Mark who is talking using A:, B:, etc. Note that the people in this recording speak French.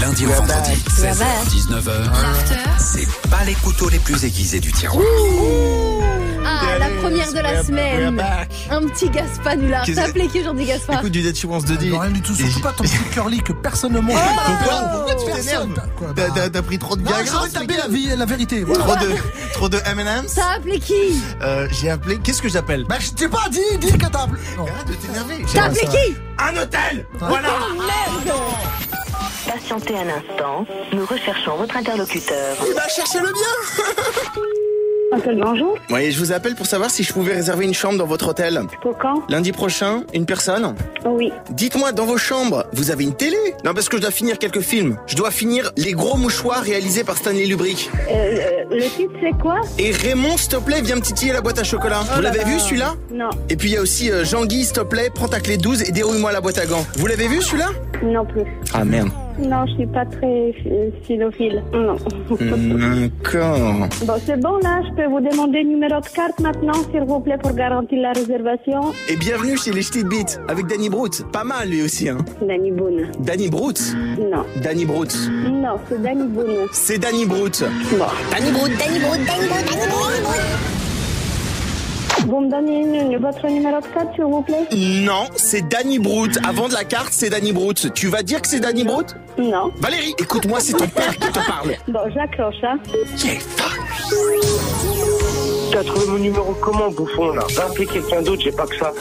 A: lundi au vendredi, 16h-19h, c'est pas les couteaux les plus aiguisés du tiroir.
B: Ah, la première de la semaine. Un petit Gaspard nous l'a.
C: Qu'est-ce-
B: T'as appelé qui aujourd'hui, Gaspard
C: Écoute du Dead She Wants de
D: Non, rien du tout, surtout pas ton petit curly que personne ne mange.
C: Pourquoi Pourquoi tu
D: Personne.
C: t'énerves
D: Quoi,
C: T'as-
D: bah,
C: T'as t'as pris trop de
D: Non,
C: gags
D: j'aurais
C: ce
D: tapé la,
C: week-end
D: vie- la vérité. voilà.
C: Trop de, trop de M&M's
B: T'as appelé qui
C: Euh, J'ai appelé... Qu'est-ce que j'appelle
D: Bah, je t'ai pas dit, dis que t'as. Non.
C: Arrête de t'énerver
B: T'as appelé qui
C: Un hôtel Voilà
E: Patientez un instant, nous recherchons votre interlocuteur.
C: Il va chercher le bien
F: Bonjour,
C: Oui, je vous appelle pour savoir si je pouvais réserver une chambre dans votre hôtel.
F: pour quand Oh
C: Lundi prochain, une personne
F: Oui.
C: Dites-moi, dans vos chambres, vous avez une télé Non, parce que je dois finir quelques films. Je dois finir Les Gros Mouchoirs réalisés par Stanley Lubric.
F: Euh, euh, le titre, c'est quoi
C: Et Raymond, s'il te plaît, viens me titiller la boîte à chocolat.
B: Oh
C: vous l'avez vu celui-là
F: Non,
C: Et puis il y a aussi euh, Jean-Guy, s'il te plaît, prends ta clé 12 et dérouille-moi la boîte à gants. Vous l'avez vu celui-là
F: non plus.
C: Ah merde.
F: Non, je suis pas très euh, philophile. Non.
C: Hmm. D'accord.
F: Bon, c'est bon, là, je peux vous demander le numéro de carte maintenant, s'il vous plaît, pour garantir la réservation.
C: Et bienvenue chez les Ch'tis de Beat avec Danny Broots. Pas mal lui aussi, hein.
F: Danny Boone.
C: Danny Broots
F: Non,
C: Danny Broots.
F: non, c'est Danny Boone.
C: C'est Danny Broots.
F: Bon. Vous me donnez une- votre numéro de carte, s'il vous plaît
C: Non, c'est Danny Broots. Avant de la carte, c'est Danny Broots. Tu vas dire que c'est Danny Broots
F: Non.
C: Valérie, écoute-moi, c'est ton père qui te parle.
F: Bon, j'accroche, hein.
G: T'as trouvé mon numéro comment, bouffon, là Va appeler quelqu'un d'autre, j'ai pas que ça.